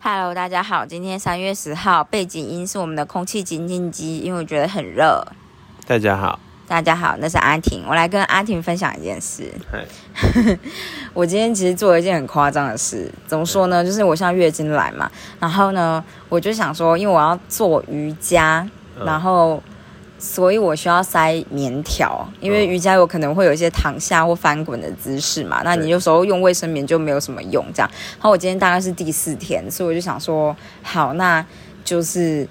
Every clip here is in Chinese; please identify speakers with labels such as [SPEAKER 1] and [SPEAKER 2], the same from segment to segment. [SPEAKER 1] Hello，大家好，今天三月十号，背景音是我们的空气清净机，因为我觉得很热。
[SPEAKER 2] 大家好，
[SPEAKER 1] 大家好，那是阿婷，我来跟阿婷分享一件事。
[SPEAKER 2] 嗨，
[SPEAKER 1] 我今天其实做了一件很夸张的事，怎么说呢？就是我像月经来嘛，然后呢，我就想说，因为我要做瑜伽，
[SPEAKER 2] 嗯
[SPEAKER 1] 然后。所以我需要塞棉条，因为
[SPEAKER 2] 嗯
[SPEAKER 1] 瑜伽有可能会有一些躺下或翻滚的姿势嘛，那你
[SPEAKER 2] 对
[SPEAKER 1] 有时候用卫生棉就没有什么用这样。然后我今天大概是第四天，所以我就想说，好，那就是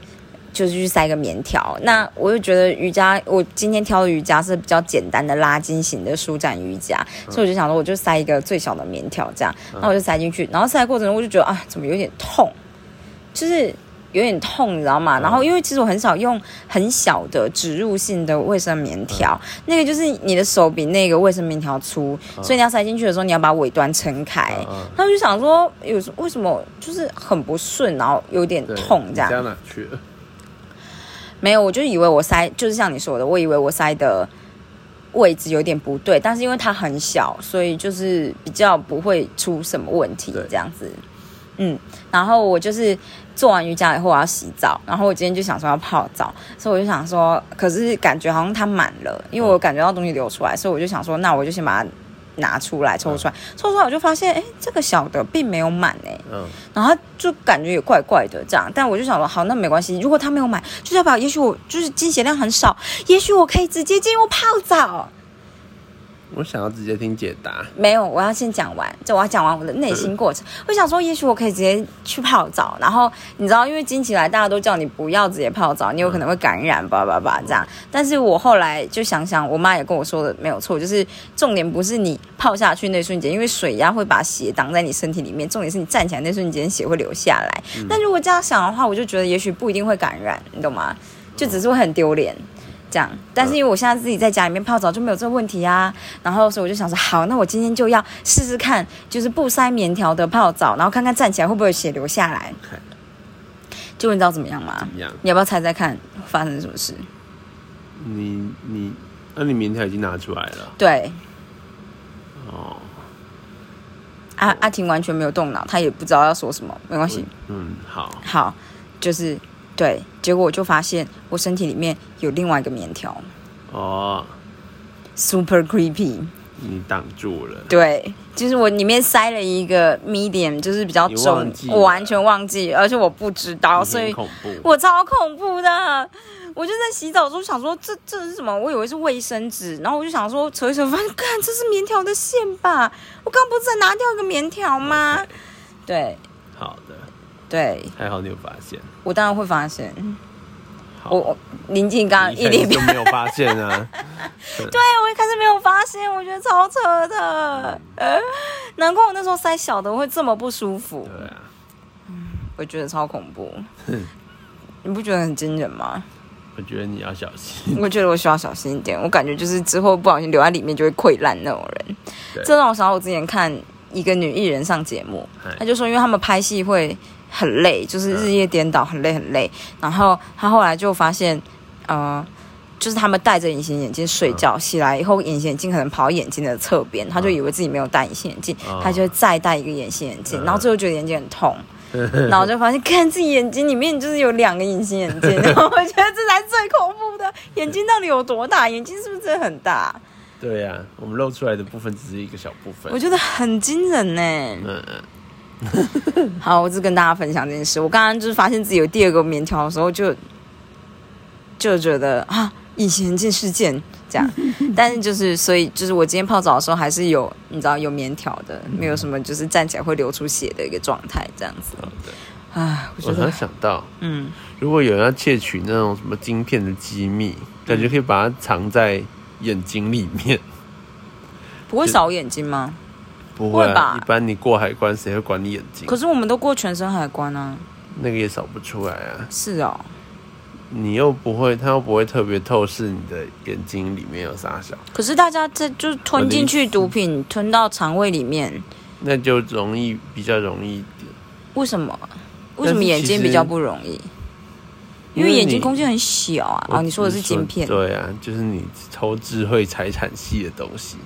[SPEAKER 1] 就是去塞个棉条。那我就觉得瑜伽，我今天挑的瑜伽是比较简单的拉筋型的舒展瑜伽，
[SPEAKER 2] 嗯
[SPEAKER 1] 所以我就想说，我就塞一个最小的棉条这样，那我就塞进去，然后塞的过程中我就觉得啊，怎么有点痛，就是。有点痛，你知道吗？
[SPEAKER 2] 嗯
[SPEAKER 1] 然后因为其实我很少用很小的植入性的卫生棉条，
[SPEAKER 2] 嗯
[SPEAKER 1] 那个就是你的手比那个卫生棉条粗，所以你要哎塞进去的时候，你要把尾端撑开。
[SPEAKER 2] 嗯
[SPEAKER 1] 他们就想说，有时为什么就是很不顺，然后有点
[SPEAKER 2] 对
[SPEAKER 1] 痛这样
[SPEAKER 2] 你。家哪去了？
[SPEAKER 1] 没有，我就以为我塞，就是像你说的，我以为我塞的位置有点不对，但是因为它很小，所以就是比较不会出什么问题
[SPEAKER 2] 对
[SPEAKER 1] 这样子。嗯，然后我就是做完瑜伽以后我要洗澡，然后我今天就想说要泡澡，所以我就想说，可是感觉好像它满了，因为我感觉到东西流出来，所以我就想说，那我就先把它拿出来抽出来，抽出来我就发现，哎，这个小的并没有满哎、
[SPEAKER 2] 嗯，
[SPEAKER 1] 然后就感觉也怪怪的这样，但我就想说，好，那没关系。如果他没有买，就代表也许我就是经血量很少，也许我可以直接进入泡澡。
[SPEAKER 2] 我想要直接听解答。
[SPEAKER 1] 没有，我要先讲完，就我要讲完我的内心过程。我想说，也许我可以直接去泡澡，然后你知道，因为经期来，大家都叫你不要直接泡澡，你有可能会感染，叭叭叭这样。但是我后来就想想，我妈也跟我说的没有错，就是重点不是你泡下去那瞬间，因为水压会把血挡在你身体里面，重点是你站起来那瞬间血会流下来。但如果这样想的话，我就觉得也许不一定会感染，你懂吗？就只是会很丢脸。这样，但是因为我现在自己在家里面泡澡就没有这个问题啊，然后所以我就想说，好，那我今天就要试试看，就是不塞棉条的泡澡，然后看看站起来会不会有血流下来。
[SPEAKER 2] 看
[SPEAKER 1] 就你知道怎么样吗
[SPEAKER 2] 怎？么样？哦
[SPEAKER 1] 你要不要猜猜看发生什么事？
[SPEAKER 2] 你你，那你棉条已经拿出来了
[SPEAKER 1] 对，
[SPEAKER 2] 哦。
[SPEAKER 1] 阿啊阿婷完全没有动脑，她也不知道要说什么，没关系。
[SPEAKER 2] 嗯，好，
[SPEAKER 1] 好，就是对，结果我就发现我身体里面有另外一个棉条
[SPEAKER 2] 哦，
[SPEAKER 1] ，super creepy。
[SPEAKER 2] 你挡住了。
[SPEAKER 1] 对，就是我里面塞了一个 medium，就是比较
[SPEAKER 2] 你
[SPEAKER 1] 重
[SPEAKER 2] 忘记，了
[SPEAKER 1] 我完全忘记，而且我不知道，
[SPEAKER 2] 好
[SPEAKER 1] 所以
[SPEAKER 2] 恐怖。
[SPEAKER 1] 我超恐怖的。我就在洗澡的时候想说，这这是什么？我以为是卫生纸，然后我就想说扯一扯，发现看这是棉条的线吧？我刚不是才拿掉一个棉条吗
[SPEAKER 2] OK
[SPEAKER 1] 对
[SPEAKER 2] 好的，
[SPEAKER 1] 对，
[SPEAKER 2] 还好你有发现。
[SPEAKER 1] 我当然会发现。
[SPEAKER 2] 好
[SPEAKER 1] 我我林静刚刚
[SPEAKER 2] 你
[SPEAKER 1] 啊一
[SPEAKER 2] 一开始
[SPEAKER 1] 脸
[SPEAKER 2] 就没有发现 啊。
[SPEAKER 1] 对我一开始没有发现，我觉得超扯的，呃，难怪我那时候塞小的会这么不舒服，
[SPEAKER 2] 对啊，
[SPEAKER 1] 我觉得超恐怖。你不觉得很惊人吗？
[SPEAKER 2] 我觉得你要小心。
[SPEAKER 1] 我觉得我需要小心一点，我感觉就是之后不小心留在里面就会溃烂那种人。
[SPEAKER 2] 对
[SPEAKER 1] 这让我想到我之前看一个女艺人上节目，
[SPEAKER 2] 嗨
[SPEAKER 1] 她就说，因为他们拍戏会很累，就是日夜颠倒，很累很累。然后她后来就发现，呃，就是他们戴着隐形眼镜睡
[SPEAKER 2] 嗯
[SPEAKER 1] 觉，起来以后隐形眼镜可能跑到眼睛的侧边，她就以为自己没有戴隐形眼镜，
[SPEAKER 2] 嗯
[SPEAKER 1] 她就会再戴一个隐形眼镜，
[SPEAKER 2] 嗯
[SPEAKER 1] 然后最后觉得眼睛很 痛。然后就发现，看自己眼睛里面就是有两个隐形眼镜， 然后我觉得这才是最恐怖的。眼睛到底有多大？眼睛是不是真的很大？
[SPEAKER 2] 对呀、啊，我们露出来的部分只是一个小部分
[SPEAKER 1] 我。觉得很惊人呢、
[SPEAKER 2] 嗯嗯，
[SPEAKER 1] 好，我只跟大家分享这件事。我刚刚就是发现自己有第二个棉条的时候就，就觉得啊，以前一件事件这 样。但是就是，所以就是我今天泡澡的时候还是有，你知道有棉条的，没有什么就是站起来会流出血的一个状态这样子。
[SPEAKER 2] 好的。
[SPEAKER 1] 唉，我觉
[SPEAKER 2] 我突然
[SPEAKER 1] 得，
[SPEAKER 2] 想到，
[SPEAKER 1] 嗯，
[SPEAKER 2] 如果有人要窃取那种什么晶片的机密，感觉可以把它藏在眼睛里面。
[SPEAKER 1] 不会少眼睛吗？
[SPEAKER 2] 不会、
[SPEAKER 1] 会吧
[SPEAKER 2] 啊，一般你过海关，谁会管你眼睛
[SPEAKER 1] 可？是我们都过全身海关啊。
[SPEAKER 2] 那个也扫不出来啊。
[SPEAKER 1] 是哦，
[SPEAKER 2] 你又不会，他又不会特别透视你的眼睛里面有啥小，
[SPEAKER 1] 可是大家这就是吞进去毒品，吞到肠胃里面，
[SPEAKER 2] 那就容易比较容易一点。
[SPEAKER 1] 为什么？为
[SPEAKER 2] 但是
[SPEAKER 1] 什么眼睛
[SPEAKER 2] 其实
[SPEAKER 1] 比较不容易？因为
[SPEAKER 2] 因为
[SPEAKER 1] 眼睛
[SPEAKER 2] 你
[SPEAKER 1] 空间很小啊。
[SPEAKER 2] 我
[SPEAKER 1] 哦，你说的是晶片，
[SPEAKER 2] 对啊，就是你偷智慧财产系的东西，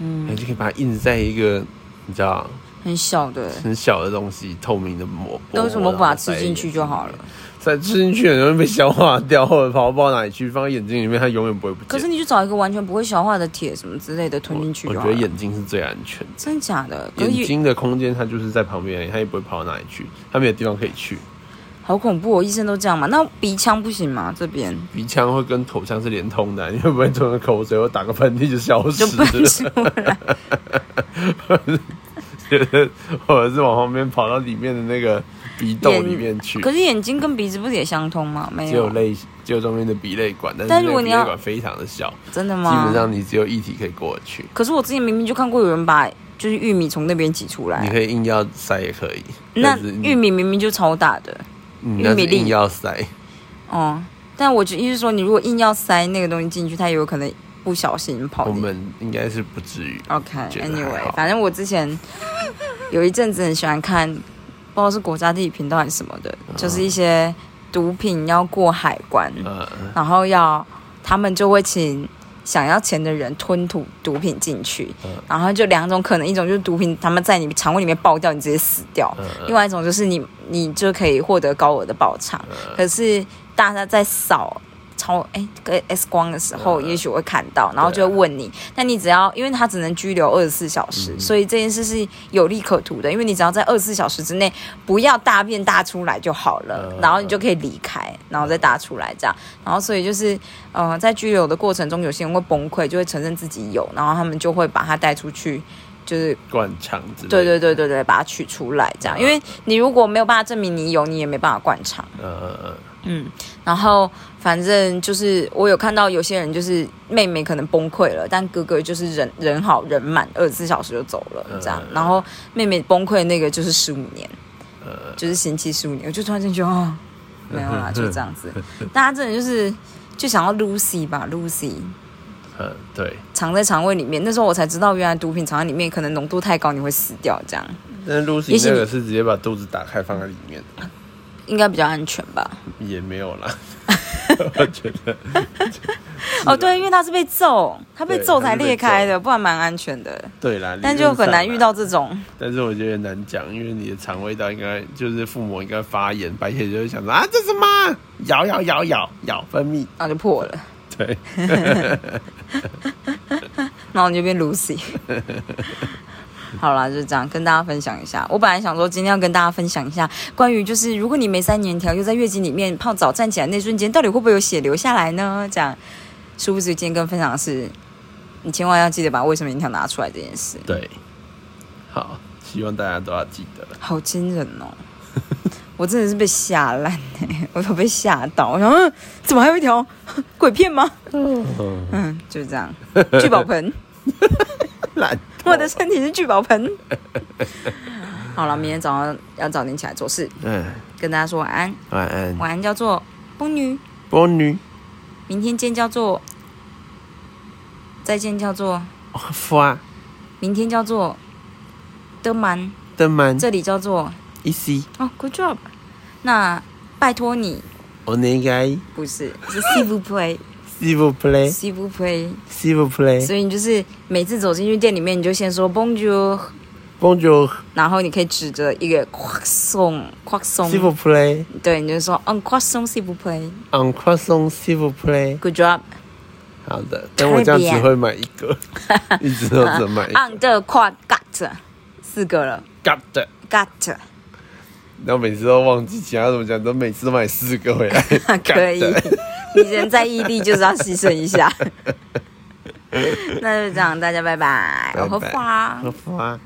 [SPEAKER 2] 嗯，你就可以把它印在一个你知道
[SPEAKER 1] 很小的，
[SPEAKER 2] 很小的东西，透明的啊膜，
[SPEAKER 1] 都是我们把它吃进去就好了。
[SPEAKER 2] 再吃进去很容易被消化掉，或者跑到哪里去，放在眼睛里面，它永远不会不见。
[SPEAKER 1] 可是你就找一个完全不会消化的铁什么之类的吞进去
[SPEAKER 2] 我
[SPEAKER 1] 就
[SPEAKER 2] 觉
[SPEAKER 1] 好
[SPEAKER 2] 得
[SPEAKER 1] 了。
[SPEAKER 2] 眼睛是最安全的，
[SPEAKER 1] 真假的？可
[SPEAKER 2] 眼
[SPEAKER 1] 是
[SPEAKER 2] 睛的空间它就是在旁边而已，它也不会跑到哪里去，它没有地方可以去。
[SPEAKER 1] 好恐怖哦！医生都这样嘛？那鼻腔不行吗？这边
[SPEAKER 2] 鼻腔会跟口腔是连通的，你会不会吞个口水或打个喷嚏就消失
[SPEAKER 1] 就
[SPEAKER 2] 了
[SPEAKER 1] 喷？出来，
[SPEAKER 2] 或者是往旁边跑到里面的那个鼻洞里面去？
[SPEAKER 1] 可是眼睛跟鼻子不是也相通吗？没
[SPEAKER 2] 只有
[SPEAKER 1] 有，
[SPEAKER 2] 泪，只有中间的鼻泪管，但是
[SPEAKER 1] 但如
[SPEAKER 2] 那个
[SPEAKER 1] 果
[SPEAKER 2] 鼻
[SPEAKER 1] 你要
[SPEAKER 2] 泪管非常的小，基
[SPEAKER 1] 真的吗？
[SPEAKER 2] 本上你只有液体可以过得去。
[SPEAKER 1] 可是我之前明明就看过有人把就是玉米从那边挤出
[SPEAKER 2] 你
[SPEAKER 1] 来，
[SPEAKER 2] 可以硬要塞也可以，
[SPEAKER 1] 那
[SPEAKER 2] 但是你
[SPEAKER 1] 玉米明明就超大的
[SPEAKER 2] 你那
[SPEAKER 1] 玉米
[SPEAKER 2] 是
[SPEAKER 1] 粒
[SPEAKER 2] 硬要塞，
[SPEAKER 1] 哦、但我就意思说，你如果硬要塞那个东西进去，它也有可能不小心跑
[SPEAKER 2] 我
[SPEAKER 1] 进去。
[SPEAKER 2] 们应该是不至于。觉得还
[SPEAKER 1] OK，Anyway，、
[SPEAKER 2] 好
[SPEAKER 1] 反正我之前有一阵子很喜欢看，不知道是国家地理频道还是什么的，
[SPEAKER 2] 嗯
[SPEAKER 1] 就是一些毒品要过海关，
[SPEAKER 2] 呃，
[SPEAKER 1] 然后要他们就会请想要钱的人吞吐毒品进去，
[SPEAKER 2] 嗯
[SPEAKER 1] 然后就两种可能，一种就是毒品他们在你肠胃里面爆掉，你直接死掉；
[SPEAKER 2] 嗯
[SPEAKER 1] 另外一种就是你你就可以获得高额的报偿。可是大家在扫。超哎，跟 X 光的时候，
[SPEAKER 2] 嗯
[SPEAKER 1] 也许会看到，然后就会问你。那你只要，因为他只能拘留二十四小
[SPEAKER 2] 嗯
[SPEAKER 1] 时，所以这件事是有利可图的。因为你只要在二十四小时之内不要大便大出来就好了，
[SPEAKER 2] 嗯
[SPEAKER 1] 然后你就可以离开，然后再大出来这样。然后所以就是，呃，在拘留的过程中，有些人会崩溃，就会承认自己有，然后他们就会把他带出去，就是
[SPEAKER 2] 灌肠之类的。
[SPEAKER 1] 对对对对对，把它取出来
[SPEAKER 2] 嗯
[SPEAKER 1] 这样。因为你如果没有办法证明你有，你也没办法灌肠。
[SPEAKER 2] 呃，
[SPEAKER 1] 嗯，然后反正就是我有看到有些人就是妹妹可能崩溃了，但哥哥就是人人好人满，二十四小时就走了这样。
[SPEAKER 2] 嗯
[SPEAKER 1] 然后妹妹崩溃那个就是十五年，就是刑期十五年。我就突然间觉得哦，没有啦，就这样 子。大家真的就是就想要 Lucy 吧，Lucy
[SPEAKER 2] 呃，对。
[SPEAKER 1] 藏在肠胃里面。那时候我才知道，原来毒品藏在里面可能浓度太高，你会死掉这样。
[SPEAKER 2] 但是
[SPEAKER 1] 也
[SPEAKER 2] Lucy
[SPEAKER 1] 许
[SPEAKER 2] 那
[SPEAKER 1] 你
[SPEAKER 2] 个是直接把肚子打开放在里面，
[SPEAKER 1] 应该比较安全吧？
[SPEAKER 2] 也没有啦。我觉得
[SPEAKER 1] 哦，对，因为他是被揍，他被
[SPEAKER 2] 啊对
[SPEAKER 1] 揍
[SPEAKER 2] 他
[SPEAKER 1] 才
[SPEAKER 2] 是被
[SPEAKER 1] 裂开
[SPEAKER 2] 揍
[SPEAKER 1] 的，不然蛮安全的。
[SPEAKER 2] 对啦，
[SPEAKER 1] 但
[SPEAKER 2] 理论
[SPEAKER 1] 就很
[SPEAKER 2] 上
[SPEAKER 1] 难
[SPEAKER 2] 啦
[SPEAKER 1] 遇到。这 种。
[SPEAKER 2] 但是我觉得难讲，因为你的肠胃道应该就是父母应该发炎，白血就会想说啊，这什么？咬咬咬咬咬分泌，
[SPEAKER 1] 然后就破了，
[SPEAKER 2] 对，
[SPEAKER 1] 然后你就变 Lucy。好啦，就是这样跟大家分享一下。我本来想说今天要跟大家分享一下关于就是如果你没三年条又在月经里面泡澡站起来那瞬间，到底会不会有血流下来呢？这样，殊不知今天跟分享的是，你千万要记得把卫生棉条拿出来这件事，
[SPEAKER 2] 对，好，希望大家都要记得。
[SPEAKER 1] 好惊人哦！ 我真的是被吓烂哎，我有被吓到，我想、嗯、怎么还有一条 鬼片吗？嗯，就这样，聚宝盆。
[SPEAKER 2] 懒惰，
[SPEAKER 1] 我的身体是聚宝盆。好了，明天早上要早点起来做事，
[SPEAKER 2] 嗯，
[SPEAKER 1] 跟大家说晚安。
[SPEAKER 2] 晚安，
[SPEAKER 1] 晚安叫做崩女，
[SPEAKER 2] 波女，
[SPEAKER 1] 明天见叫做再见叫做
[SPEAKER 2] 花
[SPEAKER 1] 明天叫做的蛮，
[SPEAKER 2] 的满
[SPEAKER 1] 这里叫做
[SPEAKER 2] 一西，
[SPEAKER 1] 哦，good job。那拜托你，
[SPEAKER 2] お願い、
[SPEAKER 1] 不是是 s 不 play
[SPEAKER 2] s'il vous plaît,
[SPEAKER 1] s 不 play，
[SPEAKER 2] s'il vous plaît,
[SPEAKER 1] 所以你就是每次走进去店里面，你就先说 bonjour，
[SPEAKER 2] bonjour,
[SPEAKER 1] 然后你可以指着一个 croissant
[SPEAKER 2] s'il
[SPEAKER 1] croissant，
[SPEAKER 2] vous plaît,
[SPEAKER 1] 对，你就说嗯 on croissant s vous play。
[SPEAKER 2] en croissant, s'il vous plaît。
[SPEAKER 1] Good job，
[SPEAKER 2] 好的，但我这样只会买一个，一直都只买一
[SPEAKER 1] on the
[SPEAKER 2] 个。
[SPEAKER 1] quad gut，四个了
[SPEAKER 2] got 的，
[SPEAKER 1] ，gut
[SPEAKER 2] 然后每次都忘记其他怎么讲，都每次都买四个回来。
[SPEAKER 1] 可以
[SPEAKER 2] got 的，
[SPEAKER 1] 你人在异地就是要牺牲一下。那就这样，大家拜拜，我喝花。
[SPEAKER 2] 花。